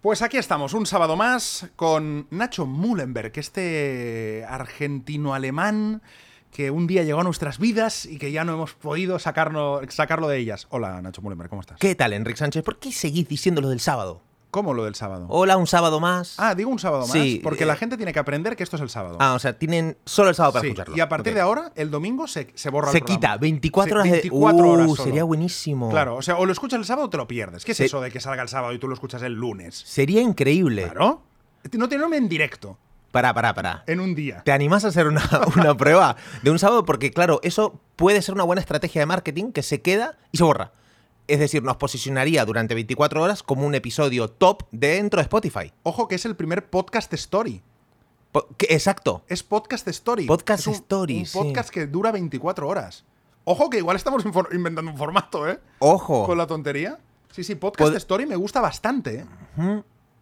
Pues aquí estamos, un sábado más, con Nacho Mullenberg, este argentino-alemán que un día llegó a nuestras vidas y que ya no hemos podido sacarlo, sacarlo de ellas. Hola, Nacho Mullenberg, ¿cómo estás? ¿Qué tal, Enrique Sánchez? ¿Por qué seguís diciendo lo del sábado? ¿Cómo lo del sábado? Hola, un sábado más. Ah, digo un sábado más, Oh. Sí, porque eh, la gente tiene que aprender que esto es el sábado. Ah, o sea, tienen solo el sábado para Sí, escucharlo. Y a partir Ok. de ahora, el domingo se, se borra el Se programa. quita 24 horas Sí, de. 24 horas Uh, solo. sería buenísimo. Claro, o sea, o lo escuchas el sábado o te lo pierdes. ¿Qué es Sí. eso de que salga el sábado y tú lo escuchas el lunes? Sería increíble. Claro. Eh. No te nombre en directo, Pará, pará, pará. en un día. ¿Te animás a hacer una, una prueba de un sábado? Porque, claro, eso puede ser una buena estrategia de marketing que se queda y se borra. Es decir, nos posicionaría durante 24 horas como un episodio top dentro de Spotify. Ojo que es el primer podcast story. Po- que- Exacto. Es podcast story. Podcast Es un- story, Un sí. podcast que dura 24 horas. Ojo que igual estamos infor- inventando un formato, ¿eh? Ojo. Con la tontería. Sí, sí, podcast Pod- story me gusta bastante, ¿eh? Mm.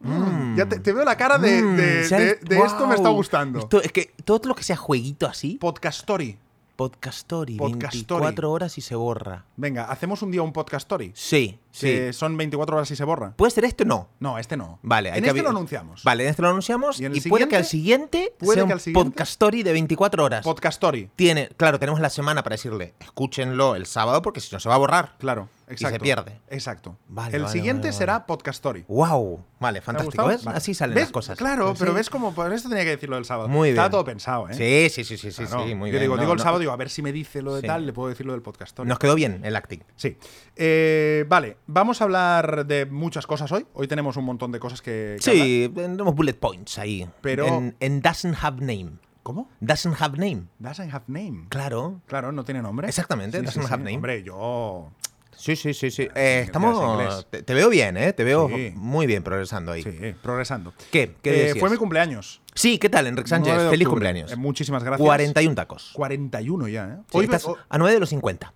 Mm, Ya te, te veo la cara de, Mm, de- ya de- es- de esto me está wow. gustando. Esto- es que todo lo que sea jueguito así, Podcast story. podcast story, Podcastory. 24 horas y se borra. Venga, hacemos un día un podcast story. Sí, sí. Que son 24 horas y se borra. ¿Puede ser este o no? No, este no. Vale, hay en que este avi- lo anunciamos. Vale, en este lo anunciamos ¿Y y, en el puede que al siguiente Puede sea que un al siguiente. podcast story de 24 horas. Podcast story. Tiene, claro, tenemos la semana para decirle, escúchenlo el sábado porque si no se va a borrar. Claro, exacto. pierde. Exacto. Vale, el vale, siguiente vale, vale. será podcast story. Wow, vale, ¿Te ha fantástico, gustado? ¿ves? Vale. Así salen ¿Ves? las cosas. Pues Claro, pero Sí. ves como por esto tenía que decirlo del sábado. Muy Estaba bien. todo pensado, ¿eh? Sí, sí, sí, sí, sí, Claro. sí, muy Yo bien. digo, No, digo el no- sábado, digo, a ver si me dice lo de Sí. tal, le puedo decir lo del podcast story. Nos quedó bien el acting. Sí. Eh, vale, vamos a hablar de muchas cosas hoy. Hoy tenemos un montón de cosas que. que hablar. Sí, tenemos bullet points ahí. Pero- En, en doesn't have name. ¿Cómo? Doesn't have name. Doesn't have name. Claro. Claro, no tiene nombre. Exactamente, doesn't have name. Hombre, yo. Sí, sí, sí, sí. que Eh, hablas Ah, inglés. estamos. Te, te veo bien, ¿eh? Te veo Sí. muy bien progresando ahí. Sí, progresando. ¿Qué? ¿Qué Eh, decías? fue mi cumpleaños. Sí, ¿qué tal, Enrique 9 de Sánchez? octubre. Feliz cumpleaños. Eh, muchísimas gracias. 41 tacos. 41 ya, ¿eh? Sí, Hoy ve- estás o- a 9 de los 50.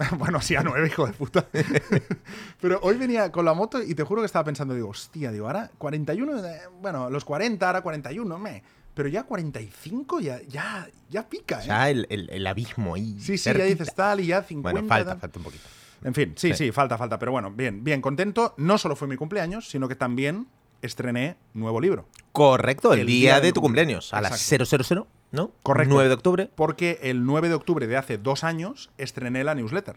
bueno, sí, a 9, hijo de puta. Pero hoy venía con la moto y te juro que estaba pensando, digo, hostia, digo, ahora 41, eh, bueno, los 40, ahora 41, me. Pero ya 45, ya, ya, ya pica, ¿eh? Ya el, el- el abismo ahí. sí, sí, cerquita. ya dices tal y ya 50. Bueno, falta, tal. falta un poquito. En fin, sí, sí, Sí. falta, falta. Pero bueno, bien, bien contento. No solo fue mi cumpleaños, sino que también estrené nuevo libro. Correcto, el, El día día, del de tu cumpleaños, a las Exacto. 000, ¿no? Correcto. 9 de octubre. Porque el 9 de octubre de hace dos años estrené la newsletter.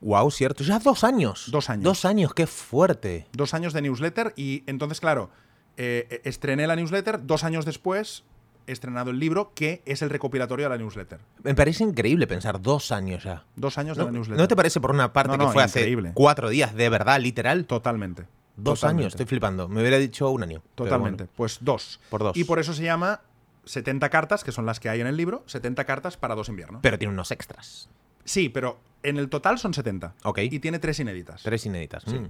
Wow, cierto. Ya dos años. Dos años. Dos años, qué fuerte. dos años de newsletter y entonces, claro, eh, estrené la newsletter, dos años después he estrenado el libro que es el recopilatorio de la newsletter. Me parece increíble pensar dos años ya. Dos años de ¿No, la newsletter. ¿no te parece por una parte No, no, que fue increíble. hace cuatro días, de verdad, literal? Totalmente. Dos Totalmente. años, estoy flipando. Me hubiera dicho un año. pero Totalmente. bueno. Pues dos. Por dos. Y por eso se llama 70 cartas, que son las que hay en el libro, 70 cartas para dos inviernos. Pero tiene unos extras. sí, pero en el total son 70. Ok. Y tiene tres inéditas. Tres inéditas. Mm.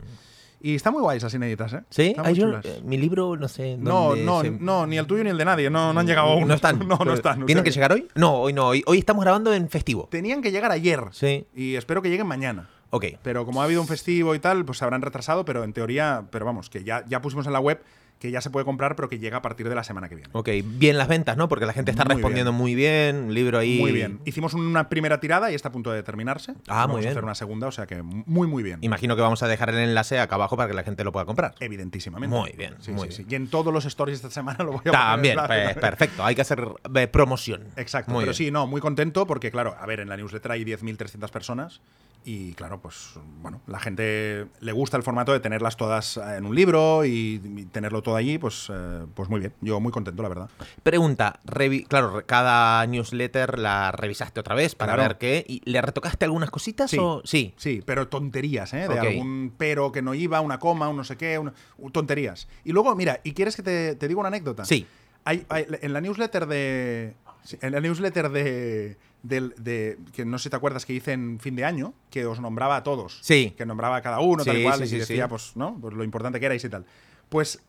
Y está muy guay esas inéditas, ¿eh? ¿Sí? Están Ah, muy yo- chulas. eh, mi libro, no sé. No, dónde no, se- Mm, no, ni el tuyo ni el de nadie. No, no han llegado aún. No están. No, no Pero, están. o ¿Tienen sea que llegar hoy? No, hoy no. Hoy, hoy estamos grabando en festivo. Tenían que llegar ayer. Sí. Y espero que lleguen mañana. Ok. Pero como ha habido un festivo y tal, pues se habrán retrasado, pero en teoría, pero vamos, que ya, ya pusimos en la web que ya se puede comprar, pero que llega a partir de la semana que viene. Ok. Bien las ventas, ¿no? Porque la gente está Muy respondiendo muy bien. Un libro ahí. Muy bien. Hicimos una primera tirada y está a punto de terminarse. Ah, muy Vamos a bien. hacer una segunda, o sea que muy, muy bien. Imagino que vamos a dejar el enlace acá abajo para que la gente lo pueda comprar. Evidentísimamente. Muy bien, Sí, muy sí, bien. sí. Y en todos los stories de esta semana lo voy a poner. También, Claro, pues, claro. perfecto. Hay que hacer eh, promoción. Exacto. Muy pero bien. sí, no, muy contento porque, claro, a ver, en la newsletter hay 10.300 personas y, claro, pues, bueno, la gente le gusta el formato de tenerlas todas eh, en un libro y, y tenerlo todo allí, pues, eh, pues muy bien. Yo muy contento, la verdad. Pregunta, revi- claro, re- cada newsletter la revisaste otra vez para Claro. ver qué. ¿Y ¿Le retocaste algunas cositas Sí. o sí? Sí, pero tonterías, ¿eh? De Ok. algún pero que no iba, una coma, un no sé qué, un- u- tonterías. Y luego, mira, ¿y quieres que te, te diga una anécdota? Sí. Hay- hay- en la newsletter de. sí, En la newsletter de, del- de- Que no sé si te acuerdas que hice en fin de año, que os nombraba a todos. Sí. Que nombraba a cada uno, tal Sí, y cual, sí, y sí, decía, sí. pues, ¿no? Pues lo importante que erais y tal. Pues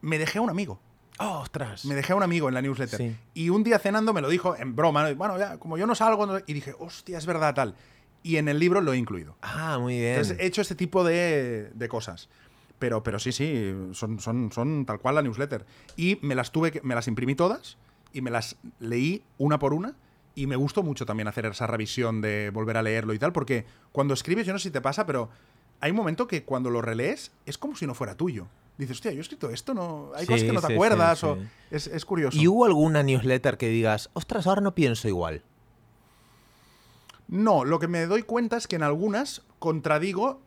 me dejé a un amigo. Ah, ostras. Me dejé a un amigo en la newsletter. Sí. Y un día cenando me lo dijo en broma. ¿no? Bueno, ya, como yo no salgo. no- Y dije, hostia, es verdad, tal. Y en el libro lo he incluido. Ah, muy bien. Entonces, he hecho este tipo de, de cosas. Pero, pero sí, sí, son, son, son tal cual la newsletter. Y me las tuve que, me las imprimí todas y me las leí una por una. Y me gustó mucho también hacer esa revisión de volver a leerlo y tal, porque cuando escribes, yo no sé si te pasa, pero hay un momento que cuando lo relees es como si no fuera tuyo. dices, hostia, yo he escrito esto, no hay Sí, cosas que no te sí, acuerdas. sí, o- sí. Es, es curioso. ¿Y hubo alguna newsletter que digas, ostras, ahora no pienso igual? No, lo que me doy cuenta es que en algunas contradigo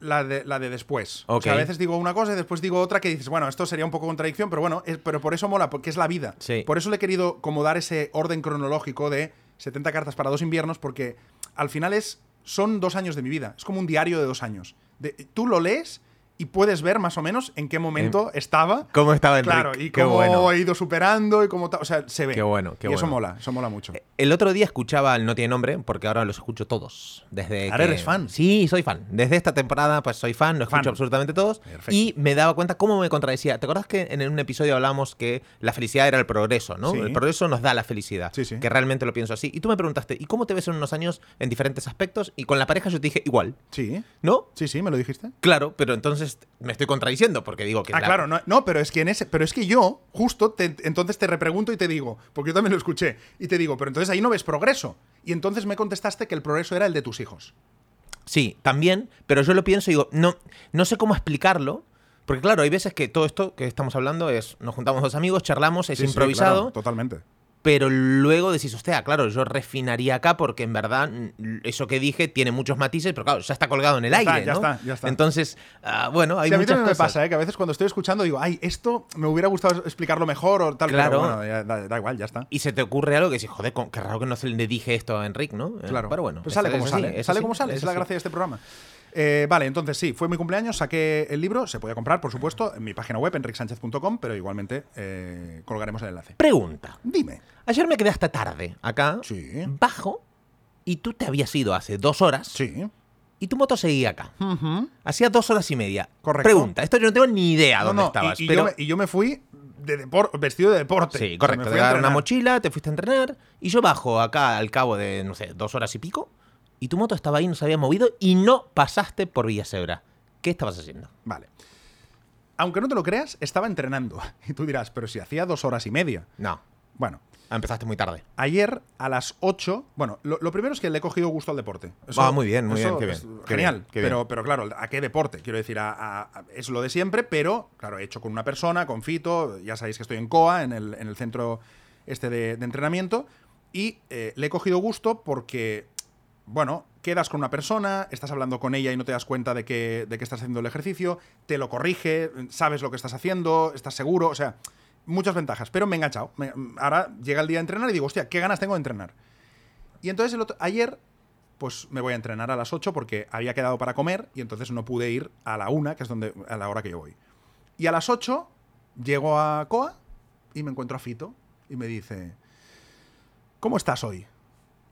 la de, la de después. O sea, Ok. a veces digo una cosa y después digo otra que dices, bueno, esto sería un poco contradicción, pero bueno, es- pero por eso mola, porque es la vida. Sí. Por eso le he querido como dar ese orden cronológico de 70 cartas para dos inviernos, porque al final es, son dos años de mi vida. Es como un diario de dos años. De- tú lo lees y puedes ver más o menos en qué momento estaba. ¿Cómo estaba Em, Enrique? Claro, y Qué cómo bueno. he ido superando y cómo... ta- O sea, se ve. Qué bueno, qué y eso bueno. Eh, mola, eso mola mucho. El otro día escuchaba el No Tiene Nombre, porque ahora los escucho todos. Desde Ahora que- eres fan. Sí, soy fan. Desde esta temporada, pues soy fan, lo escucho Fan. absolutamente todos. Perfecto. Y me daba cuenta cómo me contradecía. ¿Te acuerdas que en un episodio hablamos que la felicidad era el progreso, ¿no? Sí. El progreso nos da la felicidad. Sí, sí. Que realmente lo pienso así. Y tú me preguntaste, ¿y cómo te ves en unos años en diferentes aspectos? Y con la pareja yo te dije, igual, Sí, ¿no? sí, sí, me lo dijiste. Claro, pero entonces me estoy contradiciendo porque digo que. Ah, la- claro, no, no, pero es que en ese, pero es que yo justo te- entonces te repregunto y te digo, porque yo también lo escuché y te digo, pero entonces ahí no ves progreso y entonces me contestaste que el progreso era el de tus hijos. Sí, también, pero yo lo pienso y digo, no, no sé cómo explicarlo. Porque claro, hay veces que todo esto que estamos hablando es, nos juntamos dos amigos, charlamos, es Sí, sí, improvisado, claro, totalmente. pero luego decís, hostia, claro, yo refinaría acá porque en verdad mm, eso que dije tiene muchos matices, pero claro, ya está colgado en el Ya aire, está, ya ¿no? está, ya está. Entonces, ah, bueno, hay Sí, a mí muchas también me cosas. pasa, ¿eh? que a veces cuando estoy escuchando digo, ay, esto me hubiera gustado explicarlo mejor o tal, Claro. pero bueno, ya- da, da igual, ya está. Y se te ocurre algo que dices, joder, con- qué raro que no se le dije esto a Enric, ¿no? Eh, Claro. Pero bueno, Pues sale es- como es así, sale. es sale así, como sale. Es, la así. gracia de este programa. Eh, vale, entonces sí, fue mi cumpleaños, saqué el libro, se podía comprar, por supuesto, en mi página web, enricsanchez.com, pero igualmente eh, colgaremos el enlace. Pregunta. Dime. Ayer me quedé hasta tarde acá, Sí. bajo, y tú te habías ido hace dos horas. Sí. y tu moto seguía acá. Hacía dos horas y media. Correcto. Pregunta, esto yo no tengo ni idea No, dónde no, y- estabas. y, pero... yo me, y yo me fui de depor- vestido de deporte. Sí, O correcto. sea, Te me fui a daban una entrenar. mochila, te fuiste a entrenar y yo bajo acá al cabo de, no sé, dos horas y pico y tu moto estaba ahí, no se había movido y no pasaste por Villa Cebra. ¿Qué estabas haciendo? Vale. Aunque no te lo creas, estaba entrenando. Y tú dirás, pero si hacía dos horas y media. No, Bueno, empezaste muy tarde. ayer a las 8. Bueno, lo, lo primero es que le he cogido gusto al deporte. Ah, muy bien, muy bien, qué es bien, qué Genial. bien, qué bien. Pero, pero claro, ¿a qué deporte? Quiero decir, a- a- a- es lo de siempre, pero claro, he hecho con una persona, con Fito. Ya sabéis que estoy en COA, en el, en el centro este de, de entrenamiento. Y eh, le he cogido gusto porque, bueno, quedas con una persona, estás hablando con ella y no te das cuenta de que, de que estás haciendo el ejercicio, te lo corrige, sabes lo que estás haciendo, estás seguro, o sea, muchas ventajas. Pero me he enganchado. Me- ahora llega el día de entrenar y digo, hostia, qué ganas tengo de entrenar. Y entonces el otro- ayer, pues me voy a entrenar a las 8 porque había quedado para comer y entonces no pude ir a la 1, que es donde, a la hora que yo voy. Y a las 8 llego a Coa y me encuentro a Fito y me dice, ¿cómo estás hoy?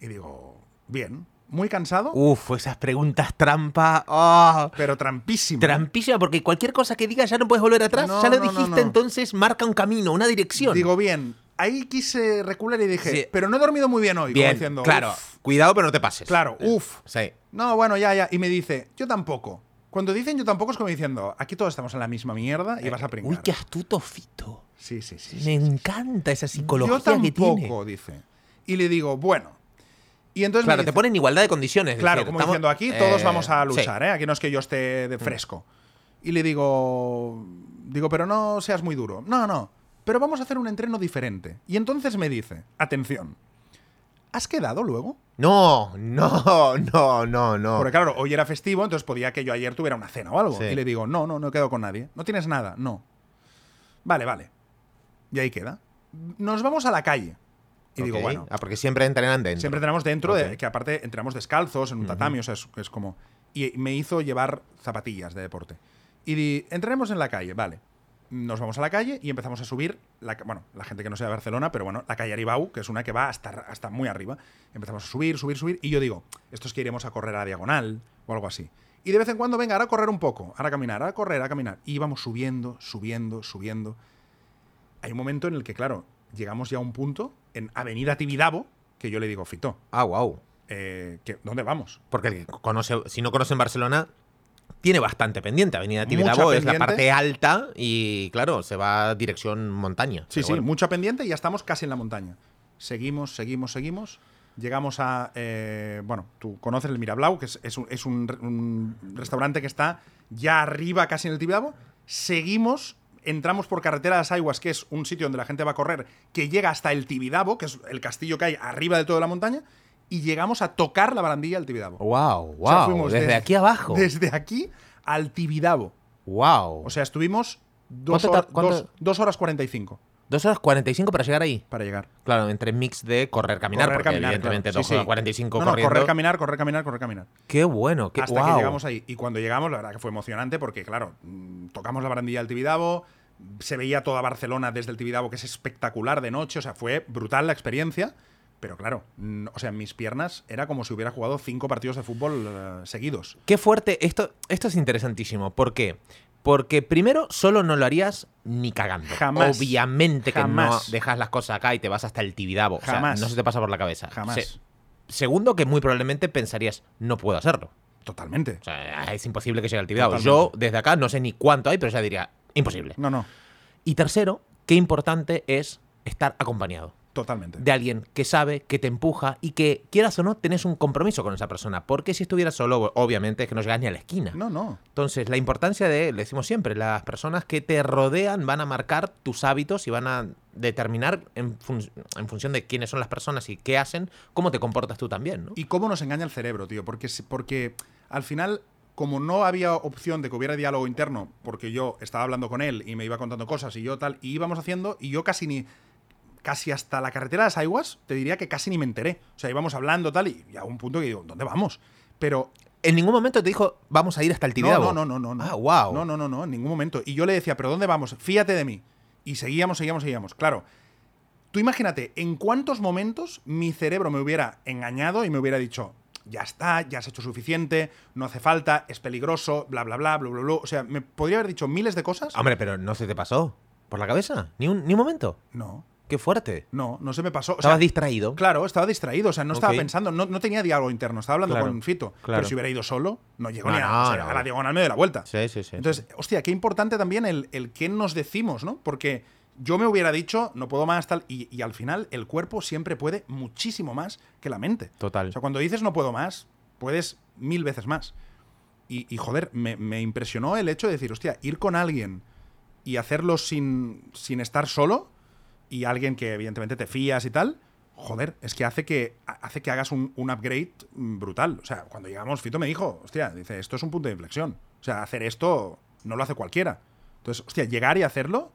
Y digo, bien, muy cansado, Uf, esas preguntas trampa. ah, pero trampísimo. Trampísima, porque cualquier cosa que digas ya no puedes volver atrás. No, ya lo no, no, dijiste, no. entonces marca un camino, una dirección. Digo, bien. Ahí quise recular y dije, Sí. pero no he dormido muy bien hoy. como Bien, diciendo, claro. "Uf". Cuidado, pero no te pases. Claro, uff. Sí. No, bueno, ya, ya. Y me dice, yo tampoco. Cuando dicen yo tampoco es como diciendo, aquí todos estamos en la misma mierda Eh, y vas a pringar. Uy, qué astuto Fito. Sí, sí, sí. sí. Me encanta esa psicología yo tampoco, que tiene. dice. Y le digo, bueno. Y entonces me Claro, te dice- pone en igualdad de condiciones. es Claro, decir, como estamos- diciendo, aquí todos eh, vamos a sí. Mm. luchar, ¿eh? Aquí no es que yo esté de fresco. Y le digo, digo, pero no seas muy duro. No, no, pero vamos a hacer un entreno diferente. Y entonces me dice, atención, ¿has quedado luego? No, no, no, no, no. Porque claro, hoy era festivo, entonces podía que yo ayer tuviera una cena o algo. Sí. Y le digo, no, no, no he quedado con nadie. No tienes nada, no. Vale, vale. Y ahí queda. Nos vamos a la calle. Y digo, Ok. bueno, Ah, porque siempre entrenan dentro. siempre tenemos dentro, de, Ok. eh, que aparte entramos descalzos en un tatami, o sea, es, es como... Y me hizo llevar zapatillas de deporte. Y di, entraremos en la calle, vale. Nos vamos a la calle y empezamos a subir, la, ca- bueno, la gente que no sea de Barcelona, pero bueno, la calle Aribau, que es una que va hasta, hasta muy arriba. Empezamos a subir, subir, subir, y yo digo, esto es que iremos a correr a la diagonal o algo así. Y de vez en cuando, venga, ahora a correr un poco, ahora a caminar, ahora a correr, ahora a caminar. Y íbamos subiendo, subiendo, subiendo hay un momento en el que, claro, llegamos ya a un punto en Avenida Tibidabo, que yo le digo, Fito, Ah, wow. eh, que- ¿dónde vamos? Porque el que conoce, si no conocen Barcelona, tiene bastante pendiente. Avenida Mucha Tibidabo es la pendiente. parte alta y, claro, se va dirección montaña. Sí, Pero sí, bueno. mucha pendiente y ya estamos casi en la montaña. Seguimos, seguimos, seguimos. Llegamos a. eh, bueno, tú conoces el Mirablau, que es, es un, es un re- un restaurante que está ya arriba, casi en el Tibidabo. Seguimos, entramos por carretera de las Aguas, que es un sitio donde la gente va a correr, que llega hasta el Tibidabo, que es el castillo que hay arriba de toda la montaña, y llegamos a tocar la barandilla del Tibidabo. Wow, wow. O sea, fuimos desde aquí abajo. Desde aquí al Tibidabo. wow. O sea, estuvimos dos, ¿Cuánto ta- hor- cuánto- dos- dos horas 45 dos horas 45 para llegar ahí. para llegar. Claro, entre mix de correr, caminar, Correr, porque caminar, evidentemente claro. dos Sí, horas sí. 45 No, no, corriendo. correr, caminar, correr, caminar, correr, caminar. Qué bueno, qué hasta guau. que llegamos ahí. Y cuando llegamos, la verdad que fue emocionante porque, claro, mm, tocamos la barandilla del Tibidabo, se veía toda Barcelona desde el Tibidabo, que es espectacular de noche, o sea, fue brutal la experiencia. Pero claro, mm, o sea, en mis piernas era como si hubiera jugado cinco partidos de fútbol eh, seguidos. Qué fuerte. Esto, esto es interesantísimo. ¿Por qué? Porque primero solo no lo harías ni cagando. Jamás. Obviamente que Jamás. no dejas las cosas acá y te vas hasta el Tibidabo. O sea, Jamás. no se te pasa por la cabeza. Jamás. Se- segundo, que muy probablemente pensarías, no puedo hacerlo. Totalmente. O sea, es imposible que llegue al Tibidabo. Yo Totalmente. desde acá no sé ni cuánto hay, pero ya diría, imposible. No, no, Y tercero, qué importante es estar acompañado totalmente. de alguien que sabe, que te empuja y que, quieras o no, tenés un compromiso con esa persona. Porque si estuvieras solo, obviamente es que no llegas ni a la esquina. No, no. Entonces, la importancia de, le decimos siempre, las personas que te rodean van a marcar tus hábitos y van a determinar en, fun- en función de quiénes son las personas y qué hacen, cómo te comportas tú también, ¿no? Y cómo nos engaña el cerebro, tío. Porque, si- porque al final, como no había opción de que hubiera diálogo interno, porque yo estaba hablando con él y me iba contando cosas y yo tal, y íbamos haciendo, y yo casi ni. Casi hasta la carretera de las Aiguas, te diría que casi ni me enteré. O sea, íbamos hablando tal, y, y a un punto que digo, ¿dónde vamos? Pero En ningún momento te dijo, vamos a ir hasta el Tibidabo. no, no, no, no, no. Ah, wow. No, no, no, no, en ningún momento. Y yo le decía, ¿pero dónde vamos? Fíjate de mí. Y seguíamos, seguíamos, seguíamos. Claro. Tú imagínate en cuántos momentos mi cerebro me hubiera engañado y me hubiera dicho, ya está, ya has hecho suficiente, no hace falta, es peligroso, bla, bla, bla, bla, bla, bla. O sea, me podría haber dicho miles de cosas. Hombre, pero no se te pasó por la cabeza, ni un, ni un momento. No, Qué fuerte. no, no se me pasó. O sea, Estabas distraído. Claro, estaba distraído, o sea, no estaba Ok. pensando, no, no tenía diálogo interno, estaba hablando Claro, con Fito. claro. Pero si hubiera ido solo, no llegó No, ni a, no, o sea, no. a la diagonal medio de la vuelta. Sí, sí, sí. Entonces, hostia, qué importante también el, el qué nos decimos, ¿no? Porque yo me hubiera dicho, no puedo más, tal, y, y al final el cuerpo siempre puede muchísimo más que la mente. Total. O sea, cuando dices no puedo más, puedes mil veces más. Y, y, joder, me, me impresionó el hecho de decir, hostia, ir con alguien y hacerlo sin, sin estar solo, y alguien que evidentemente te fías y tal, joder, es que hace que, hace que hagas un, un upgrade mm, brutal. O sea, cuando llegamos, Fito me dijo, hostia, dice, esto es un punto de inflexión. O sea, hacer esto no lo hace cualquiera. Entonces, hostia, llegar y hacerlo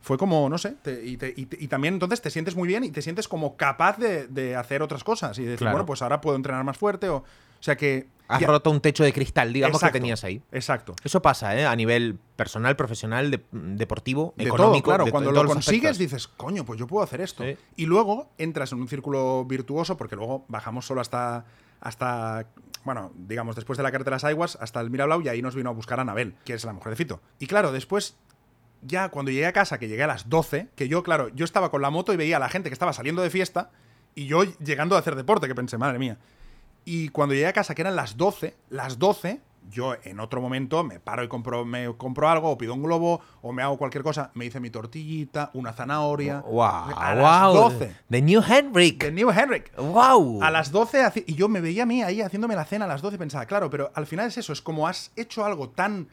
fue como, no sé, te- y, te- y te- y también entonces te sientes muy bien y te sientes como capaz de, de hacer otras cosas y decir, Claro. bueno, pues ahora puedo entrenar más fuerte o... O sea que... Has ya- roto un techo de cristal, digamos, Exacto, que tenías ahí. Exacto. Eso pasa, ¿eh? A nivel personal, profesional, de- deportivo, de todo, económico. claro. de to- cuando en lo todos los consigues aspectos. dices, coño, pues yo puedo hacer esto. Sí. Y luego entras en un círculo virtuoso porque luego bajamos solo hasta, hasta bueno, digamos, después de la carretera de las Aiguas, hasta el Mirablau y ahí nos vino a buscar a Anabel, que es la mujer de Fito. Y claro, después... Ya cuando llegué a casa, que llegué a las 12, que yo, claro, yo estaba con la moto y veía a la gente que estaba saliendo de fiesta y yo llegando a hacer deporte, que pensé, madre mía. Y cuando llegué a casa, que eran las 12, las 12, yo en otro momento me paro y compro, me compro algo, o pido un globo, o me hago cualquier cosa, me hice mi tortillita, una zanahoria. Guau, a guau, las 12. The New Henrik. De New Henrik. Wow. A las 12, haci- y yo me veía a mí ahí haciéndome la cena a las 12, pensaba, claro, pero al final es eso, es como has hecho algo tan.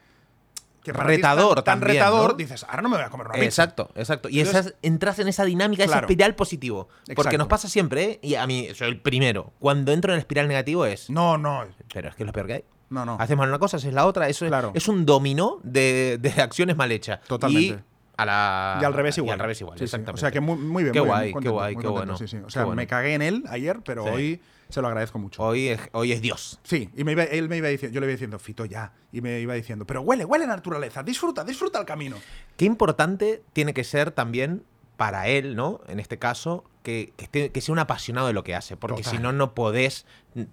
que para ti es tan- Retador tan, también, retador, ¿no? dices, ahora no me voy a comer una pizza. Exacto, exacto. Y Entonces- esas, entras en esa dinámica, Claro. esa espiral positivo. Porque Exacto. nos pasa siempre, ¿eh? y a mí, soy el primero. Cuando entro en la espiral negativo es. No, no, Pero es que es lo peor que hay. no, no. Haces mal una cosa, haces la otra. Eso es- Claro. es un dominó de, de acciones mal hechas. Totalmente. Y, a la, Y al revés igual. Y al revés igual, Sí, sí. exactamente. O sea que muy, muy bien. Qué muy bien, guay, muy qué contento, guay, muy qué contento, bueno, sí, sí. qué O sea, bueno. me cagué en él ayer, pero Sí. Oh. hoy se lo agradezco mucho. hoy, es, hoy es Dios. Sí, y me iba- él me iba diciendo, yo le iba diciendo, Fito ya, y me iba diciendo, pero huele, huele naturaleza, disfruta, disfruta el camino. Qué importante tiene que ser también para él, ¿no? En este caso, que, que esté- que sea un apasionado de lo que hace. Porque Total. si no, no podés.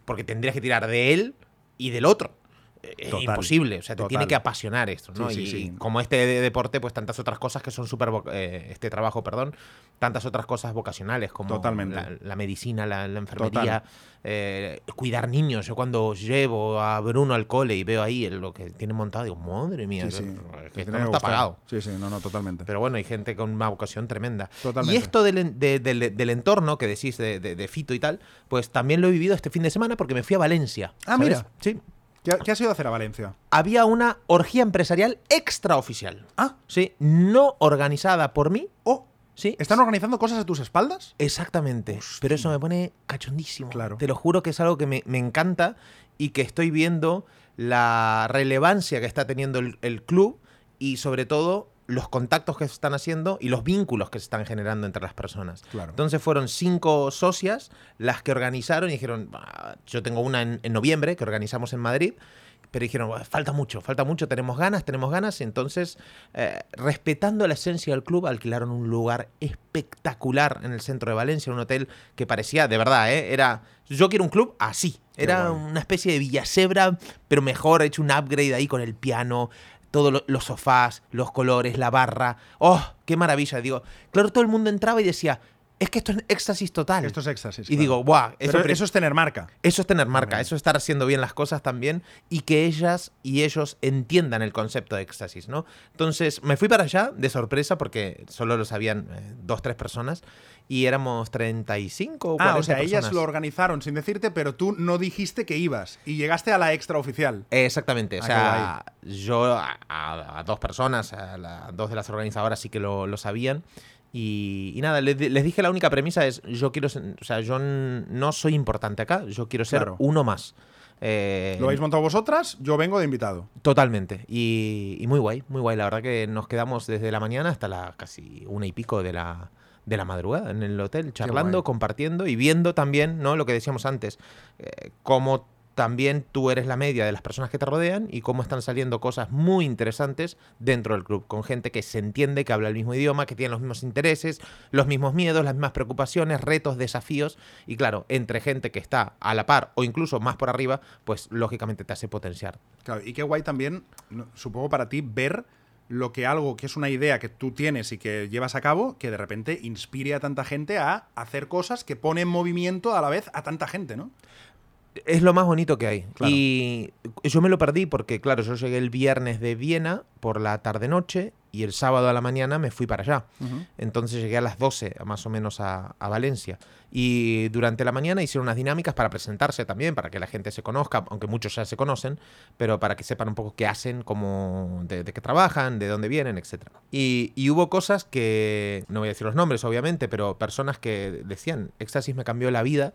Porque tendrías que tirar de él y del otro. Eh, Es Total, imposible. O sea, te total. tiene que apasionar esto, ¿no? Sí, sí, y, sí. como este de- deporte, pues tantas otras cosas que son súper. vo- eh, este trabajo, perdón. Tantas otras cosas vocacionales como Totalmente. La, la medicina, la, la enfermería, eh, cuidar niños. Yo cuando llevo a Bruno al cole y veo ahí lo que tiene montado, digo, madre mía, Sí, sí. que- que Te esto tiene no que está gustar. pagado. Sí, sí, no, no, totalmente. Pero bueno, hay gente con una vocación tremenda. Totalmente. Y esto del, en- de- del- del entorno que decís de, de- de Fito y tal, pues también lo he vivido este fin de semana porque me fui a Valencia. Ah, mira. Sí. ¿Qué, ha- qué has ido a hacer a Valencia? Había una orgía empresarial extraoficial. Ah, Sí, no organizada por mí. oh, Sí. ¿están organizando cosas a tus espaldas? Exactamente. Pero eso me pone cachondísimo. Claro. Te lo juro que es algo que me, me encanta y que estoy viendo la relevancia que está teniendo el, el club y sobre todo los contactos que se están haciendo y los vínculos que se están generando entre las personas. Claro. Entonces fueron cinco socias las que organizaron y dijeron, "Bah, yo tengo una en, en noviembre que organizamos en Madrid, pero dijeron, "Bah, falta mucho, falta mucho, tenemos ganas, tenemos ganas. Y entonces, eh, respetando la esencia del club, alquilaron un lugar espectacular en el centro de Valencia, un hotel que parecía, de verdad, ¿eh? era, yo quiero un club así. Qué Era guay. una especie de Villacebra, pero mejor, hecho un upgrade ahí con el piano, todos lo- los sofás, los colores, la barra. ¡Oh, qué maravilla! Digo, claro, todo el mundo entraba y decía, es que esto es éxtasis total. Esto es éxtasis. y claro. digo, ¡buah! Pero Eso, eso, pre- es tener marca. eso es tener marca, También. eso es estar haciendo bien las cosas también y que ellas y ellos entiendan el concepto de éxtasis, ¿no? Entonces me fui para allá de sorpresa porque solo lo sabían eh, dos, tres personas y éramos 35 o 40 Ah, o sea, ellas personas. lo organizaron sin decirte, pero tú no dijiste que ibas y llegaste a la extraoficial. Eh, Exactamente, o Ah, sea, yo a, a- a dos personas, a, la- dos de las organizadoras sí que lo, lo sabían. Y, y nada, les, di- les dije la única premisa es, yo quiero, ser- o sea, yo n- no soy importante acá, yo quiero ser Claro. uno más. Eh, Lo habéis montado vosotras, yo vengo de invitado. Totalmente. Y, y muy guay, muy guay. La verdad que nos quedamos desde la mañana hasta la casi una y pico de la, de la madrugada en el hotel, charlando, guay. compartiendo y viendo también, ¿no? Lo que decíamos antes, eh, cómo también tú eres la media de las personas que te rodean y cómo están saliendo cosas muy interesantes dentro del club, con gente que se entiende, que habla el mismo idioma, que tiene los mismos intereses, los mismos miedos, las mismas preocupaciones, retos, desafíos. Y claro, entre gente que está a la par o incluso más por arriba, pues lógicamente te hace potenciar Claro, y qué guay también, no- supongo para ti, ver lo que algo que es una idea que tú tienes y que llevas a cabo, que de repente inspire a tanta gente a hacer cosas que pone en movimiento a la vez a tanta gente, ¿no? Es lo más bonito que hay. Claro. Y yo me lo perdí porque, claro, yo llegué el viernes de Viena por la tarde-noche y el sábado a la mañana me fui para allá. Entonces llegué a las 12 más o menos a, a Valencia. Y durante la mañana hicieron unas dinámicas para presentarse también, para que la gente se conozca, aunque muchos ya se conocen, pero para que sepan un poco qué hacen, cómo, de, de qué trabajan, de dónde vienen, etc. Y, y hubo cosas que, no voy a decir los nombres obviamente, pero personas que decían, éxtasis me cambió la vida.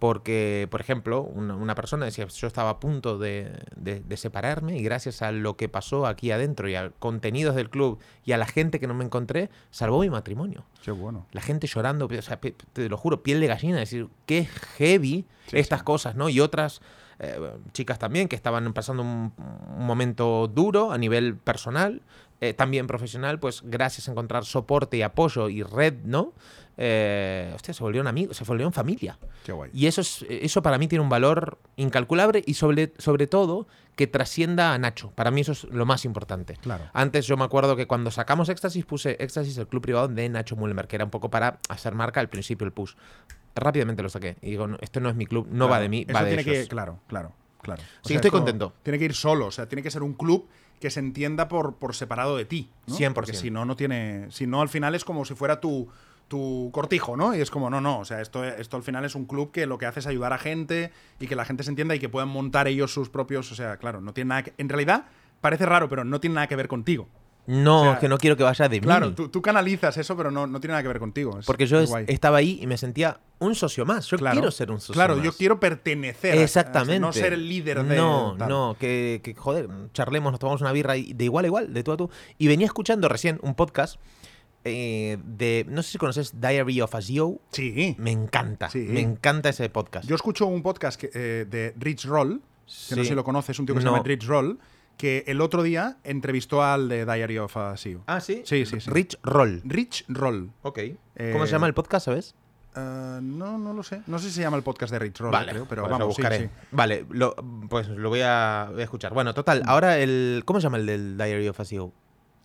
Porque, por ejemplo, una, una persona decía, yo estaba a punto de, de- de separarme y gracias a lo que pasó aquí adentro y a contenidos del club y a la gente que no me encontré, salvó mi matrimonio. Qué bueno. La gente llorando, o sea, pe- te lo juro, piel de gallina, es decir, qué heavy Sí, estas sí. cosas, ¿no? Y otras eh, chicas también que estaban pasando un, un momento duro a nivel personal, eh, también profesional, pues gracias a encontrar soporte y apoyo y red, ¿no? Eh, hostia, se volvieron amigos, se volvieron familia. Qué guay. Y eso, es, eso para mí tiene un valor incalculable y sobre, sobre todo que trascienda a Nacho. Para mí eso es lo más importante. Claro. Antes yo me acuerdo que cuando sacamos Éxtasis puse Éxtasis el club privado de Nacho Mulmer, que era un poco para hacer marca al principio el push. Rápidamente lo saqué y digo, no, este no es mi club, no va Claro, de mí, eso va de tiene ellos. que- claro, claro, claro. O Sí, estoy esto contento. Tiene que ir solo, o sea, tiene que ser un club que se entienda por, por separado de ti. ¿no? 100%. Porque si no, no tiene. Si no, al final es como si fuera tu, tu cortijo, ¿no? Y es como, no, no. O sea, esto, esto al final es un club que lo que hace es ayudar a gente y que la gente se entienda y que puedan montar ellos sus propios. O sea, claro, no tiene nada que. En realidad, parece raro, pero no tiene nada que ver contigo. No, O sea, es que no quiero que vaya de mí. Claro, tú, tú canalizas eso, pero no, no tiene nada que ver contigo. Es- Mm. porque yo es es- guay. estaba ahí y me sentía un socio más. Yo Claro. quiero ser un socio Claro, más. yo quiero pertenecer. a- Exactamente. No ser el líder de. No, tal. no, que, que, joder, charlemos, nos tomamos una birra y- de igual a igual, de tú a tú. Y venía escuchando recién un podcast eh, de, no sé si conoces Diary of a CEO. Sí. Me encanta, Sí. me encanta ese podcast. Yo escucho un podcast que, eh, de Rich Roll, que no Sí. sé si lo conoces, un tío que se No. llama Rich Roll, que el otro día entrevistó al de Diary of a CEO. ah, sí. Sí, sí, sí. Rich Roll. Rich Roll. Ok. Eh, ¿Cómo se llama el podcast, sabes? Eh, no, no lo sé. No sé si se llama el podcast de Rich Roll, creo, pero pues lo vamos, sí, buscaré. sí. Vale, lo- pues lo voy a, voy a escuchar. Bueno, total, ahora el. ¿Cómo se llama el del Diary of a CEO?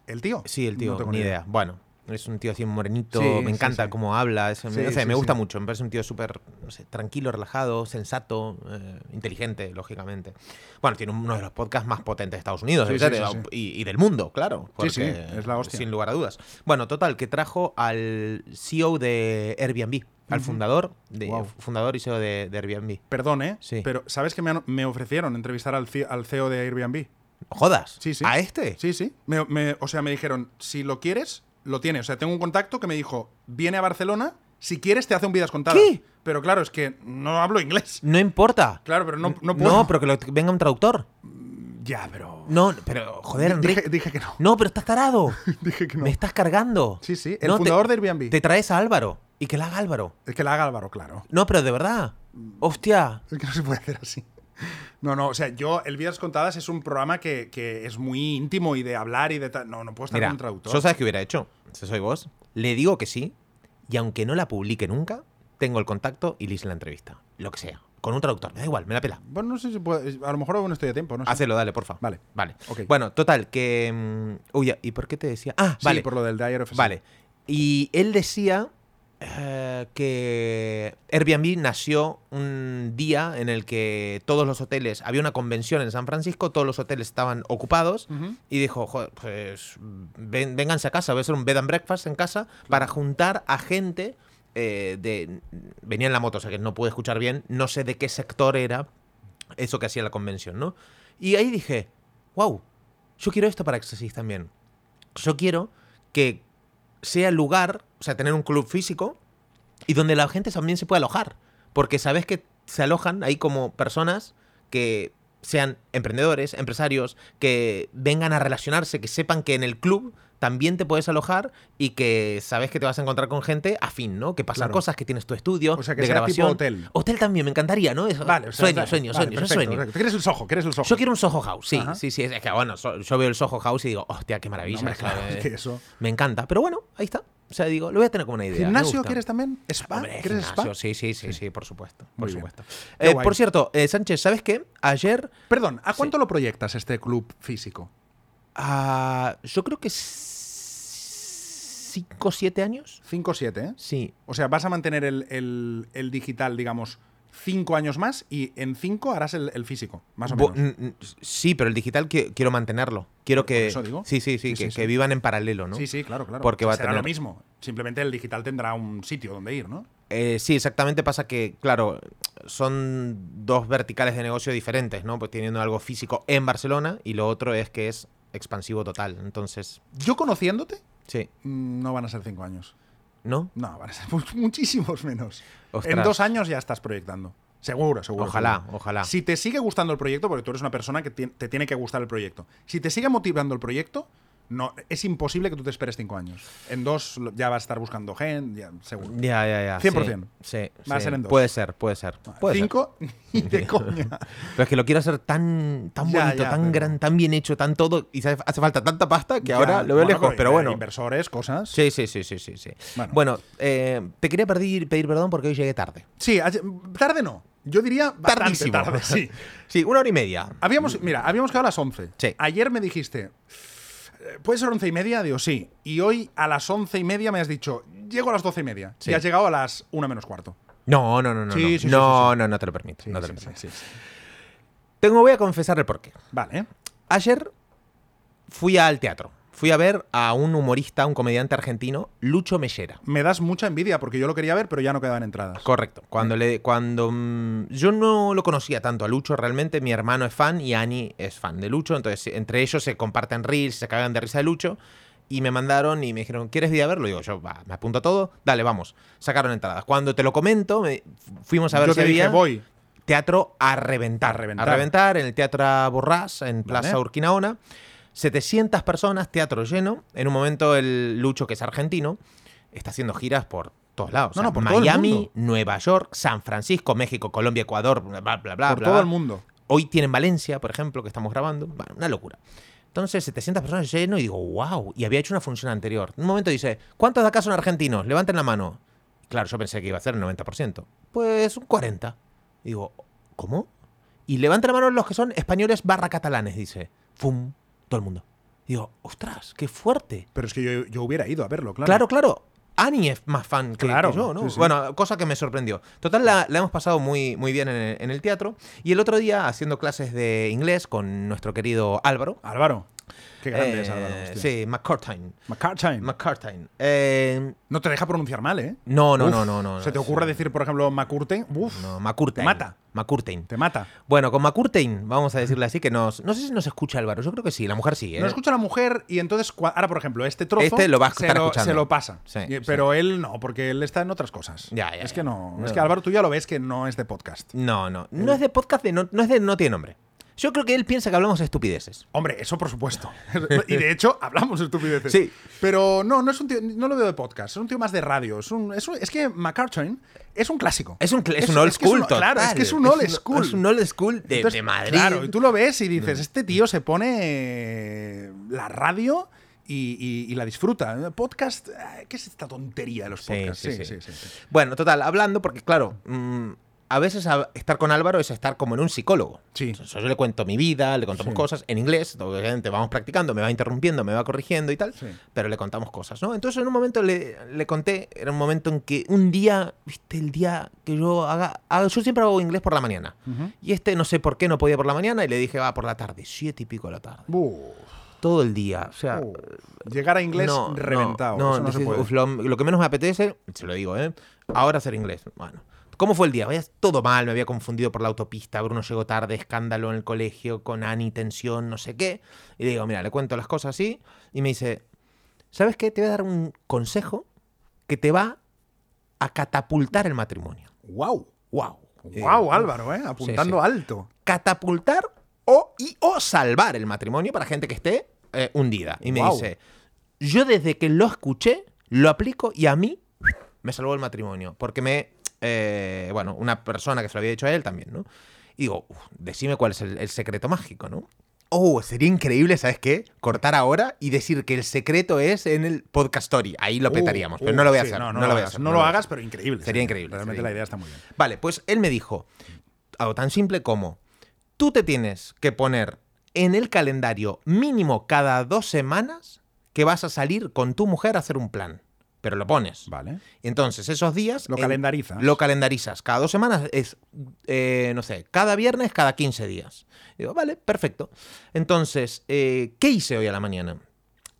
¿El tío? Sí, el tío, No tengo ni idea. Bueno, es un tío así morenito, Sí, me sí, encanta sí. cómo habla, es- Sí, o sea, sí, me gusta sí. mucho, me parece un tío súper no sé, tranquilo, relajado, sensato, eh, inteligente, lógicamente. Bueno, tiene uno de los podcasts más potentes de Estados Unidos, Sí, en sí, serio, sí, sí. Y, y del mundo, claro. Sí, sí, porque, es la hostia. Sin lugar a dudas. Bueno, total, que trajo al CEO E de Airbnb. al fundador, de, Guau. fundador y CEO de, de Airbnb. Perdón, ¿eh? Sí. Pero ¿sabes que me, han- me ofrecieron entrevistar al, ci- al CEO de Airbnb? ¿Jodas? Sí, sí. ¿A este? Sí, sí. Me- me- o sea, me dijeron, si lo quieres, lo tienes. O sea, tengo un contacto que me dijo, viene a Barcelona, si quieres te hace un Vidas Contadas. ¿Qué? Pero claro, es que no hablo inglés. No importa. Claro, pero no, no no, puedo. pero que lo- que venga un traductor. Ya, pero... No, pero joder, Enrique. dije, dije que no. No, pero estás tarado. Dije que no. Me estás cargando. Sí, sí. El No, te- fundador de Airbnb. Te traes a Álvaro y que la haga Álvaro. El que la haga Álvaro, claro. No, pero de verdad. Mm. Hostia. Es que no se puede hacer así. No, no, o sea, yo, el Vidas Contadas es un programa que, que es muy íntimo y de hablar y de tal. No, no puedo estar Mira, con un traductor. yo sabes qué hubiera hecho. Si soy vos, le digo que sí. Y aunque no la publique nunca, tengo el contacto y le hice la entrevista. Lo que sea. Con un traductor. Me da igual, me la pela. Bueno, no sé si puedo. A lo mejor aún estoy a tiempo, no sé. Hacelo, dale, porfa. Ah, Vale. Vale. Ok. Bueno, total, que. mm, Uy, ¿y por qué te decía? Ah, Sí, vale. por lo del Diary of a Vale. Y él decía eh, que Airbnb nació un día en el que todos los hoteles, había una convención en San Francisco, todos los hoteles estaban ocupados Ujú. y dijo, "Joder, pues ven- vénganse a casa, voy a hacer un bed and breakfast en casa para juntar a gente eh, de... Venía en la moto, o sea que no pude escuchar bien, no sé de qué sector era eso que hacía la convención, ¿no? Y ahí dije, wow, yo quiero esto para Exorcist también. Yo quiero que sea el lugar, o sea, tener un club físico y donde la gente también se puede alojar. Porque sabes que se alojan ahí como personas que sean emprendedores, empresarios, que vengan a relacionarse, que sepan que en el club también te puedes alojar y que sabes que te vas a encontrar con gente afín, ¿no? Que pasan Claro. cosas, que tienes tu estudio, O sea, que de sea tipo grabación. hotel. Hotel también, me encantaría, ¿no? Eso- Vale, o sea, sueño, vale, sueño, vale, sueño, yo perfecto, sueño. perfecto. ¿Quieres el sojo? ¿Quieres el sojo? Yo quiero un Soho House, sí, Ajá. sí, sí. Es que bueno, so- yo veo el Soho House y digo, hostia, qué maravilla. No, hombre, o sea, claro, eh, es que eso. Me encanta. Pero bueno, ahí está. O sea, digo, lo voy a tener como una idea. me ¿Gimnasio gusta. quieres también? ¿Spa? Hombre, ¿Quieres gimnasio, spa? sí, sí, sí, sí, por supuesto. Muy Por bien. supuesto. Qué Eh, guay. por cierto, eh, Sánchez, ¿sabes qué? Ayer, Perdón, ¿a cuánto lo proyectas este club físico? ah, yo creo que 5 o 7 años. 5 o 7, ¿eh? Sí. O sea, vas a mantener el, el- el digital, digamos, 5 años más y en 5 harás el, el físico, más o Bo- menos. n- n- Sí, pero el digital qui- quiero mantenerlo. Quiero que. eso digo. Sí, sí, Sí, sí, que, sí, sí. que vivan en paralelo, ¿no? Sí, sí, claro, claro. Porque va a Será tener- lo mismo. Simplemente el digital tendrá un sitio donde ir, ¿no? Eh, sí, exactamente pasa que, claro, son dos verticales de negocio diferentes, ¿no? Pues teniendo algo físico en Barcelona y lo otro es que es expansivo total. Entonces, Yo conociéndote, sí, mm, no van a ser 5 años. ¿no? No, van a ser mu- muchísimos menos. En Ostras. dos años ya estás proyectando. Seguro, seguro. Ojalá, seguro. ojalá. Si te sigue gustando el proyecto, porque tú eres una persona que ti- te tiene que gustar el proyecto, si te sigue motivando el proyecto, no, es imposible que tú te esperes cinco años. En dos lo- ya vas a estar buscando gente, ya, seguro. Ya, ya, ya. 100%. Sí, sí, Va a sí. ser en dos. Puede ser, puede ser. Puede ser. cinco, ni de coña. Pero es que lo quiero hacer tan, tan Ya, bonito, ya, tan pero- gran, tan bien hecho, tan todo. Y hace hace falta tanta pasta que Ya, ahora lo veo bueno, eh, lejos, pero bueno. Inversores, cosas. Sí, sí, sí, sí, sí. sí. Bueno. Bueno, eh, te quería pedir, pedir perdón porque hoy llegué tarde. Sí, ayer- tarde no. Yo diría bastante Tardísimo. tarde, sí. Sí, una hora y media. Habíamos, mira, habíamos quedado a las 11. Sí. Ayer me dijiste, "Eh, ¿puede ser 11 y media? Digo, sí. Y hoy a las 11 y media me has dicho, llego a las 12 y media. Sí. Y has llegado a las 1 menos cuarto. No, no, no, no. Sí, no. sí, sí, no, sí, sí. no, no te lo permito. Sí, no te sí, lo sí, permito. sí, sí. Tengo, voy a confesar el porqué. Vale. Ayer fui al teatro. Fui a ver a un humorista, un comediante argentino, Lucho Mellera. Me das mucha envidia porque yo lo quería ver, pero ya no quedaban entradas. Correcto. Cuando le, cuando mm, yo no lo conocía tanto a Lucho realmente, mi hermano es fan y Ani es fan de Lucho, entonces eh, entre ellos se comparten reels, se cagan de risa de Lucho y me mandaron y me dijeron ¿quieres ir a verlo? Digo yo va, me apunto a todo, dale vamos. Sacaron entradas. Cuando te lo comento, me- fuimos a ver yo si te dije, había- voy. teatro a reventar. A reventar. en el Teatro Borrás, en Plaza Vale. Urquinaona. 700 personas, teatro lleno. En un momento el Lucho, que es argentino, está haciendo giras por todos lados. No, O sea, no, por todo el Miami, mundo. Nueva York, San Francisco, México, Colombia, Ecuador, bla, bla, bla. bla, por todo bla. el mundo. Hoy tienen Valencia, por ejemplo, que estamos grabando. Bueno, una locura. Entonces, 700 personas lleno y digo, wow. Y había hecho una función anterior. En un momento dice, ¿cuántos de acá son argentinos? Levanten la mano. Claro, yo pensé que iba a ser el 90%. Pues un 40. Y digo, ¿cómo? Y levanten la mano los que son españoles barra catalanes, dice. ¡Fum! Todo el mundo. Y digo, ostras, qué fuerte. Pero es que yo, yo hubiera ido a verlo, claro. Claro, claro. Ani es más fan que, Claro, que yo, ¿no? sí, sí. Bueno, cosa que me sorprendió. Total, la, la hemos pasado muy, muy bien en el, en el teatro. Y el otro día, haciendo clases de inglés con nuestro querido Álvaro, Álvaro. Qué grande Eh, es Álvaro. hostia. sí, McCartine. McCartney. McCartine. Eh, no te deja pronunciar mal, ¿eh? no, no, Uf, no, no, no. ¿Se te no, ocurre sí. decir, por ejemplo, McCurtain? Uf, No, Te McCurtain. mata. McCurtain. te mata. Bueno, con McCurtain, vamos a decirle así, que nos. No sé si nos escucha Álvaro, yo creo que sí, la mujer sí, ¿eh? No escucha la mujer y entonces, cua- ahora, por ejemplo, este trozo Este lo va a se, estar lo, escuchando. se lo pasa. Sí, Y- sí. pero él no, porque él está en otras cosas. Ya, ya, es ya. que no, Es No. que Álvaro, tú ya lo ves que no es de podcast. No, no. No es de podcast, de no, no es de No tiene nombre. Yo creo que él piensa que hablamos estupideces. Hombre, eso por supuesto. y de hecho, hablamos estupideces. Sí. Pero no, no es un tío, no lo veo de podcast, es un tío más de radio. Es, un- es, un- es que McCartney es un clásico. Es un, cl- es un old es que es school, un- Claro, es total. que es un old school. Es un old school de, Mm. Entonces, de Madrid. Claro, y tú lo ves y dices, este tío se pone la radio y, y- y la disfruta. Podcast, ah, ¿qué es esta tontería de los Sí, podcasts? sí, sí. sí, sí. Bueno, total, hablando, porque claro, mm, a veces a- estar con Álvaro es estar como en un psicólogo. Sí. O sea, yo le cuento mi vida, le contamos cosas en inglés, obviamente vamos practicando, me va interrumpiendo, me va corrigiendo y tal, Sí. pero le contamos cosas, ¿no? Entonces en un momento le, le conté, era un momento en que un día, viste, el día que yo haga, haga- yo siempre hago inglés por la mañana. Ujú. Y este no sé por qué no podía por la mañana y le dije, va, por la tarde, siete y pico de la tarde. Buf, Todo el día, o sea, buf. Llegar a inglés no, no, reventado. no, eso no se decís, puede. "Uf, lo, lo que menos me apetece, se lo digo, ¿eh? Ahora hacer inglés. Bueno. ¿Cómo fue el día? Vaya, todo mal, me había confundido por la autopista, Bruno llegó tarde, escándalo en el colegio, con Ani, tensión, no sé qué. Y le digo, mira, le cuento las cosas así, y me dice, ¿sabes qué? Te voy a dar un consejo que te va a catapultar el matrimonio. Wow. ¡Wow! Wow, Álvaro, ¿eh? apuntando sí. alto. catapultar o, y, o salvar el matrimonio para gente que esté eh, hundida. Y me Guau. dice, yo desde que lo escuché, lo aplico y a mí me salvó el matrimonio. Porque me, eh, bueno, una persona que se lo había dicho a él también, ¿no? Y digo, "Uf, decime cuál es el, el secreto mágico, ¿no? Oh, sería increíble, ¿sabes qué? Cortar ahora y decir que el secreto es en el podcastory. Ahí lo Uh, petaríamos, pero uh, no lo voy a sí, hacer. No, No, no lo voy a hagas, hacer, no no lo voy a hagas, hacer. pero increíble. Sería increíble, Realmente sería la idea está muy bien. Vale, pues él me dijo algo tan simple como, tú te tienes que poner en el calendario mínimo cada dos semanas que vas a salir con tu mujer a hacer un plan. Pero lo pones. Vale. Entonces, esos días... Lo en- calendarizas. Lo calendarizas. Cada dos semanas es, eh, no sé, cada viernes, cada 15 días. Digo, vale, perfecto. Entonces, eh, ¿qué hice hoy a la mañana?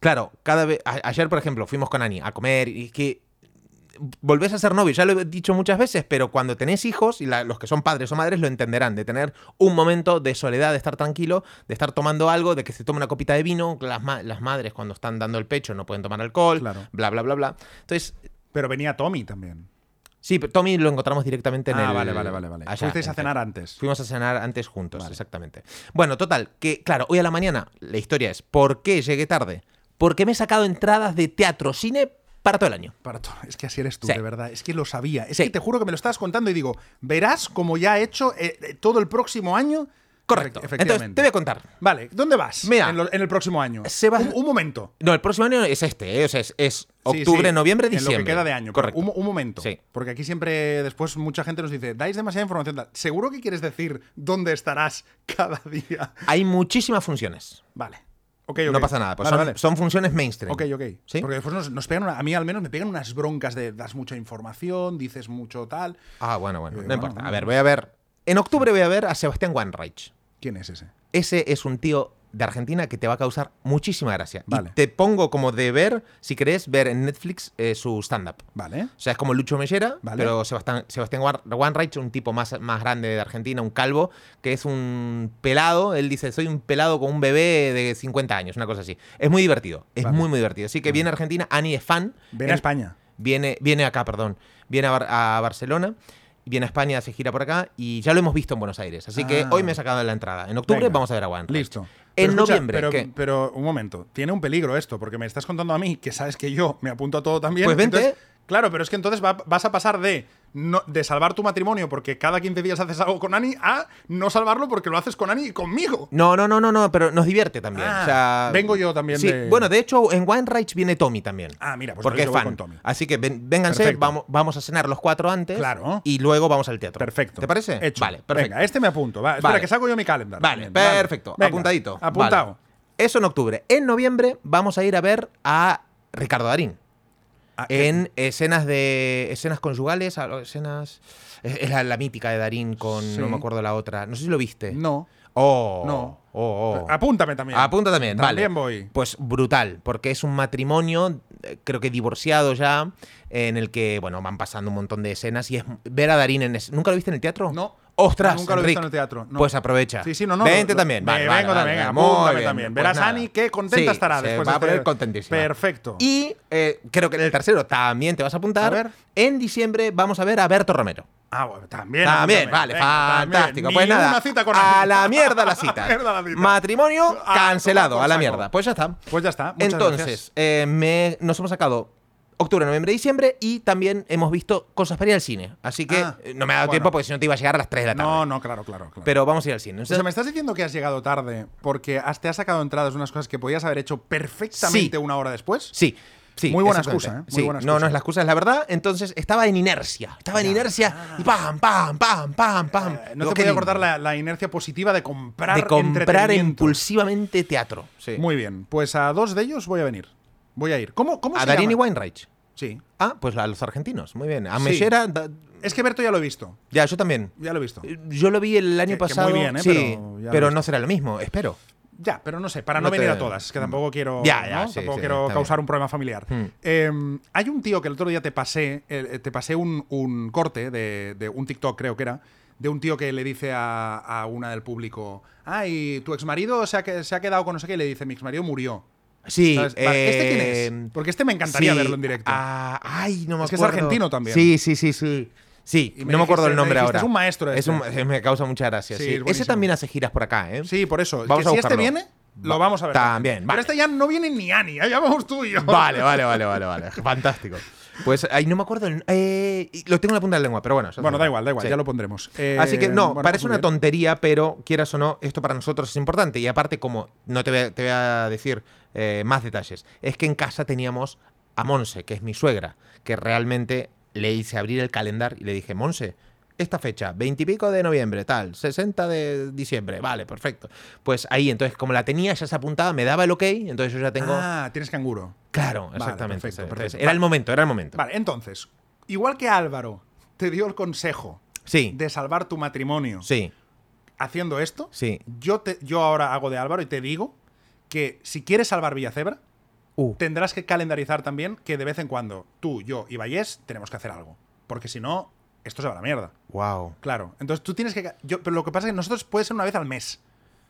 Claro, cada vez... a- Ayer, por ejemplo, fuimos con Ani a comer y es que volvés a ser novio, ya lo he dicho muchas veces, pero cuando tenés hijos, y la- los que son padres o madres lo entenderán, de tener un momento de soledad, de estar tranquilo, de estar tomando algo, de que se tome una copita de vino, las, ma- las madres cuando están dando el pecho no pueden tomar alcohol, Claro. bla, bla, bla, bla. Entonces, Pero venía Tommy también. sí, pero Tommy lo encontramos directamente en Ah, el... vale, vale, vale. vale. allá, Fuisteis a en- cenar antes. Fuimos a cenar antes juntos, exactamente. Bueno, total, que claro, hoy a la mañana la historia es, ¿por qué llegué tarde? Porque me he sacado entradas de teatro, cine, para todo el año. Para todo. Es que así eres tú, Sí. de verdad. Es que lo sabía. Es Sí. que te juro que me lo estabas contando y digo, verás como ya he hecho eh, eh, todo el próximo año. Correcto. Efe- Entonces, te voy a contar. Vale, ¿dónde vas Mira. Eh, en, lo- en el próximo año? Se va- Un, un momento. No, el próximo año es este, ¿eh? o sea, es, es Sí, octubre, sí, noviembre, en diciembre. lo que queda de año. Correcto. Un, un momento. Sí. Porque aquí siempre después mucha gente nos dice, dais demasiada información. tal. ¿Seguro que quieres decir dónde estarás cada día? Hay muchísimas funciones. Vale. Ok, ok. No pasa nada, pues Vale, son, vale. son funciones mainstream. Ok, ok. ¿Sí? Porque después nos, nos pegan, una- a mí al menos me pegan unas broncas de das mucha información, dices mucho tal. Ah, bueno, bueno, no bueno, importa. bueno. A ver, voy a ver. En octubre voy a ver a Sebastián Weinreich. ¿Quién es ese? Ese es un tío de Argentina que te va a causar muchísima gracia. Y Vale. te pongo como de ver, si querés, ver en Netflix eh, su stand-up. Vale. O sea, es como Lucho Mellera, Vale. pero Sebastián, Sebastián Guar- Wanreich, un tipo más, más grande de Argentina, un calvo, que es un pelado. Él dice, soy un pelado con un bebé de 50 años, una cosa así. Es muy divertido, es Vale. muy, muy divertido. Así que viene a Argentina, Ani es fan. Ven a Él España. Viene, viene acá, perdón. Viene a, Bar- a Barcelona, viene a España, se gira por acá y ya lo hemos visto en Buenos Aires. Así que Ah. hoy me he sacado la entrada. En octubre Venga. vamos a ver a Wanreich. Listo. En Pero escucha, noviembre, Pero, ¿qué? pero un momento, tiene un peligro esto, porque me estás contando a mí que sabes que yo me apunto a todo también. Pues vente. entonces- claro, pero es que entonces va- vas a pasar de, no- de salvar tu matrimonio porque cada 15 días haces algo con Ani a no salvarlo porque lo haces con Ani y conmigo. No, no, no, no, no, pero nos divierte también. Ah, o sea, vengo yo también Sí, de- bueno, de hecho, en Wanreich viene Tommy también. Ah, mira, pues porque entonces es yo voy con fan. Tommy. Así que ven- vénganse, Perfecto. vamos, vamos a cenar los cuatro antes. Claro. Y luego vamos al teatro. Perfecto. ¿Te parece? Hecho. Vale, perfecto. Venga, este me apunto. Va, espera, Vale. que saco yo mi calendar. Vale, Bien, vale. perfecto. Venga, Apuntadito. Apuntado. Vale. Eso en octubre. En noviembre vamos a ir a ver a Ricardo Darín. Ah, En escenas de. escenas conyugales, a- escenas. Es es la, la mítica de Darín con. Sí. No me acuerdo la otra. No sé si lo viste. No. Oh, No. oh, oh. Apúntame también. Apunta también, vale. También voy. Pues brutal, porque es un matrimonio, eh, creo que divorciado ya, en el que, bueno, van pasando un montón de escenas y es ver a Darín en... es- ¿Nunca lo viste en el teatro? No. ¡Ostras, Nunca lo he visto Enric! en el teatro, no. Pues aprovecha. Sí, sí, no, no. Vente lo- también. me Vale, vale, vengo vale, también, venga, muy apúntame bien. también. Pues Verás, nada. Ani, qué contenta Sí, estará se después va de a poner este- contentísima. Perfecto. Y eh, creo que en el tercero también te vas a apuntar. A ver. En diciembre vamos a ver a Berto Romero. Ah, bueno, también. También, apúntame. vale, Venga, también. fantástico. Ni Pues nada, una cita con a Ani. la mierda la cita. A la mierda la cita. Matrimonio A cancelado, tomar por a la saco. mierda. Pues ya está. Pues ya está. Muchas Entonces, gracias. eh, me- nos hemos sacado octubre, noviembre, diciembre y también hemos visto cosas para ir al cine. Así que Ah, eh, no me ha dado bueno. tiempo porque si no te iba a llegar a las 3 de la tarde. No, no, claro, claro. claro. Pero vamos a ir al cine. o sea, me estás diciendo que has llegado tarde porque has- te has sacado entradas de unas cosas que podías haber hecho perfectamente Sí. una hora después. Sí. Sí, Muy buena exactamente. excusa, ¿eh? Muy Sí, buena No, excusa. no es la excusa, es la verdad. Entonces estaba en inercia. Estaba en Ya. inercia y pam, pam, pam, pam, pam. Eh, no Digo, te qué podía lindo. cortar la, la inercia positiva de comprar de comprar entretenimiento. impulsivamente teatro. Sí. Muy bien, pues a dos de ellos voy a venir. Voy a ir. ¿Cómo, cómo a se Darín llama? y Weinreich. Sí. Ah, pues a los argentinos. Muy bien. A Sí. Mellera, da- Es que Berto ya lo he visto. ya, yo también. Ya lo he visto. Yo lo vi el Que- año que muy pasado. bien, ¿eh? sí, Pero ya lo pero viste. no será lo mismo, espero. Ya, pero no sé, para no, No te- Mm. venir a todas, es que tampoco quiero, Ya, ya, ¿no? sí, tampoco sí, quiero está causar bien. un problema familiar. Hmm. Eh, hay un tío que el otro día te pasé, eh, te pasé un, un corte de, de un TikTok, creo que era, de un tío que le dice a, a una del público, ay, tu exmarido se ha, que- se ha quedado con no sé qué, y le dice, mi exmarido murió. Sí. ¿Sabes? Vale, ¿Este quién eh, es? Porque este me encantaría sí, verlo en directo. ah, ay, no me Es que es acuerdo. argentino también. Sí, sí, sí, sí. Sí, Y no me me acuerdo dijiste- el me nombre dijiste, ahora. "Es un maestro Es un- este". eh, me causa mucha gracia. Sí, Sí, es Ese buenísimo. también hace giras por acá, ¿eh? Sí, por eso. Vamos que a si este buscarlo. viene, lo vamos a ver. También, vale. Pero este ya no viene ni Ani, ya vamos tú y yo. Vale, vale, vale, vale, vale. Fantástico. Pues ahí no me acuerdo. el- eh, y lo tengo en la punta de la lengua, pero bueno. ya Bueno, está. da igual, da igual, Sí. ya lo pondremos. Eh, Así que no, bueno, parece muy una bien. tontería, pero quieras o no, esto para nosotros es importante. Y aparte, como no te voy a, te voy a decir eh, más detalles, es que en casa teníamos a Monse, que es mi suegra, que realmente le hice abrir el calendario y le dije, Monse, esta fecha, 20 y pico de noviembre, tal, 60 de diciembre, vale, perfecto. Pues ahí, entonces, como la tenía, ya se apuntaba, me daba el ok, entonces yo ya tengo... Ah, tienes canguro. claro, exactamente. perfecto, Entonces, perfecto. Era el momento, era el momento. Vale, entonces, igual que Álvaro te dio el consejo Sí, de salvar tu matrimonio sí, haciendo esto, sí. yo, te, yo ahora hago de Álvaro y te digo que si quieres salvar Villacebra, Uh, tendrás que calendarizar también que de vez en cuando tú, yo y Vallés tenemos que hacer algo. Porque si no, esto se va a la mierda. wow. Claro. Entonces tú tienes que. ca- Yo, pero lo que pasa es que nosotros puede ser una vez al mes.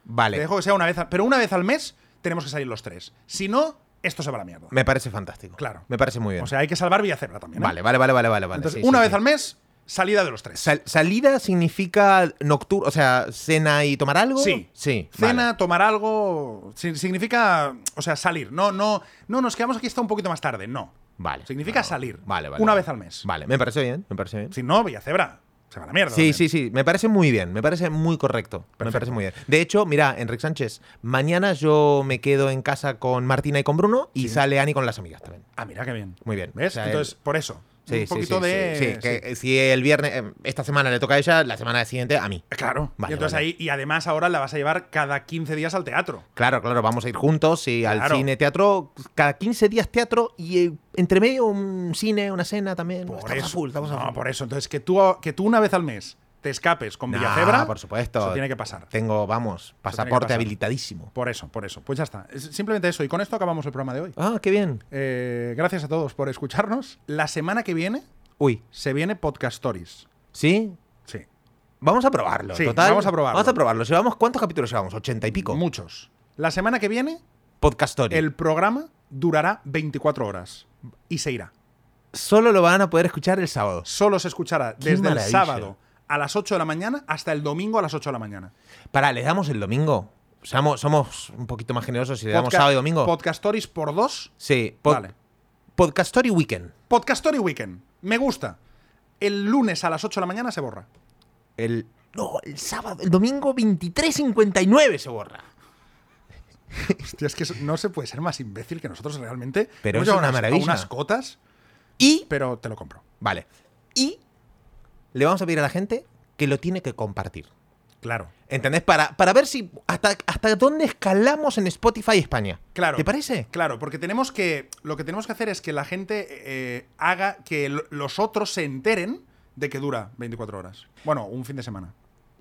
Vale. Te dejo que sea una vez al, Pero una vez al mes tenemos que salir los tres. Si no, esto se va a la mierda. Me parece fantástico. Claro. Me parece muy bien. O sea, hay que salvar Villacebra también. ¿eh? vale, vale, vale, vale, vale. vale. Entonces, Sí, una sí, vez sí. al mes, salida de los tres. Sal- salida significa nocturno, o sea, cena y tomar algo. Sí. Sí. Cena, vale. tomar algo, si- significa, o sea, salir. No, no, no, nos quedamos aquí hasta un poquito más tarde, no. Vale. Significa Vale, salir. Vale, vale. Una vale. vez al mes. Vale, me parece bien, me parece bien. Si no, Villacebra, se va a la mierda. Sí, también. sí, sí, me parece muy bien, me parece muy correcto, me Perfecto. parece muy bien. De hecho, mira, Enrique Sánchez, mañana yo me quedo en casa con Martina y con Bruno y sale Ani con las amigas también. Ah, mira qué bien. Muy bien. ¿Ves? O sea, Entonces, el- por eso. un Sí, sí, poquito sí, sí, de. sí, que eh, si el viernes, eh, esta semana le toca a ella, la semana siguiente a mí. Claro. Vale, y entonces vale. ahí, y además ahora la vas a llevar cada 15 días al teatro. Claro, claro, vamos a ir juntos y al Claro. cine, teatro, cada 15 días teatro y eh, entre medio un cine, una cena también. Por Estamos a eso. full, estamos a no, full. por eso. Entonces, que tú, que tú una vez al mes te escapes con Nah, Villacebra. por supuesto. Eso tiene que pasar. Tengo, vamos, tiene que pasaporte pasar. habilitadísimo. Por eso, por eso. Pues ya está. Es simplemente eso. Y con esto acabamos el programa de hoy. Ah, qué bien. Eh, gracias a todos por escucharnos. La semana que viene Uy, se viene Podcast Stories. ¿sí? Sí. Vamos a probarlo. Sí, total. vamos a probarlo. Vamos a probarlo. Llevamos, ¿Cuántos capítulos llevamos? ¿80 y pico? Muchos. La semana que viene Podcast Story. el programa durará 24 horas y se irá. Solo lo van a poder escuchar el sábado. Solo se escuchará Qué desde el maravilla. sábado a las 8 de la mañana hasta el domingo a las 8 de la mañana. Pará, ¿les damos el domingo? Somos, somos un poquito más generosos si le damos Podca- sábado y domingo. Podcast Stories por dos. sí, pod- Vale. Podcast Story Weekend. Podcast Story Weekend. Me gusta. El lunes a las 8 de la mañana se borra. El. No, el sábado, el domingo 23.59 se borra. Hostia, es que eso- no se puede ser más imbécil que nosotros realmente. Pero Hemos es llegado una a unas- a maravilla. unas cotas, Y. pero te lo compro. Vale. Y le vamos a pedir a la gente que lo tiene que compartir. Claro. ¿Entendés? Para, para ver si. Hasta, hasta dónde escalamos en Spotify España. Claro. ¿Te parece? Claro, porque tenemos que. Lo que tenemos que hacer es que la gente eh, haga que lo- los otros se enteren de que dura 24 horas. Bueno, un fin de semana.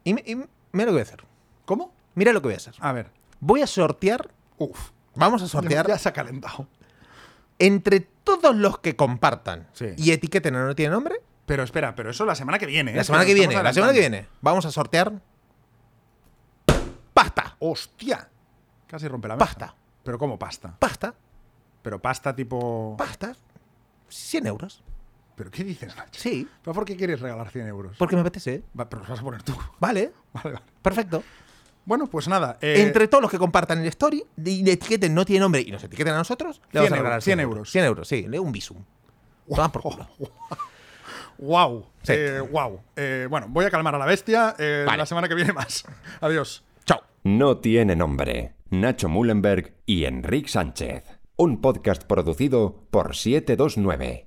Y, me- y me lo voy a hacer. ¿Cómo? Mira lo que voy a hacer. A ver. Voy a sortear, Uf. vamos a sortear Ya se ha calentado. entre todos los que compartan Sí. y etiqueten a no tiene nombre. Pero espera, pero eso la semana que viene. ¿eh? La semana que Estamos viene, la semana que adelantando. viene, vamos a sortear pasta, ¡Hostia! Casi rompe la mesa. Pasta. ¿Pero cómo pasta? pasta, Pero pasta tipo. pasta, 100 euros. ¿Pero qué dices, Nacho? Sí, ¿Pero por qué quieres regalar 100 euros? porque me apetece. Va, pero los vas a poner tú. Vale, Vale, vale. perfecto. Bueno, pues nada. eh, Entre todos los que compartan el story y le etiqueten no tiene nombre y nos etiqueten a nosotros, le 100 vamos a euros, regalar 100 euros. 100 euros, sí, le un visum. Toma por culo. Wow. Sí. eh, wow. Eh, bueno, voy a calmar a la bestia. eh, Vale. La semana que viene más. Adiós. Chao. No tiene nombre. Nacho Mullenberg y Enrique Sánchez. Un podcast producido por 729.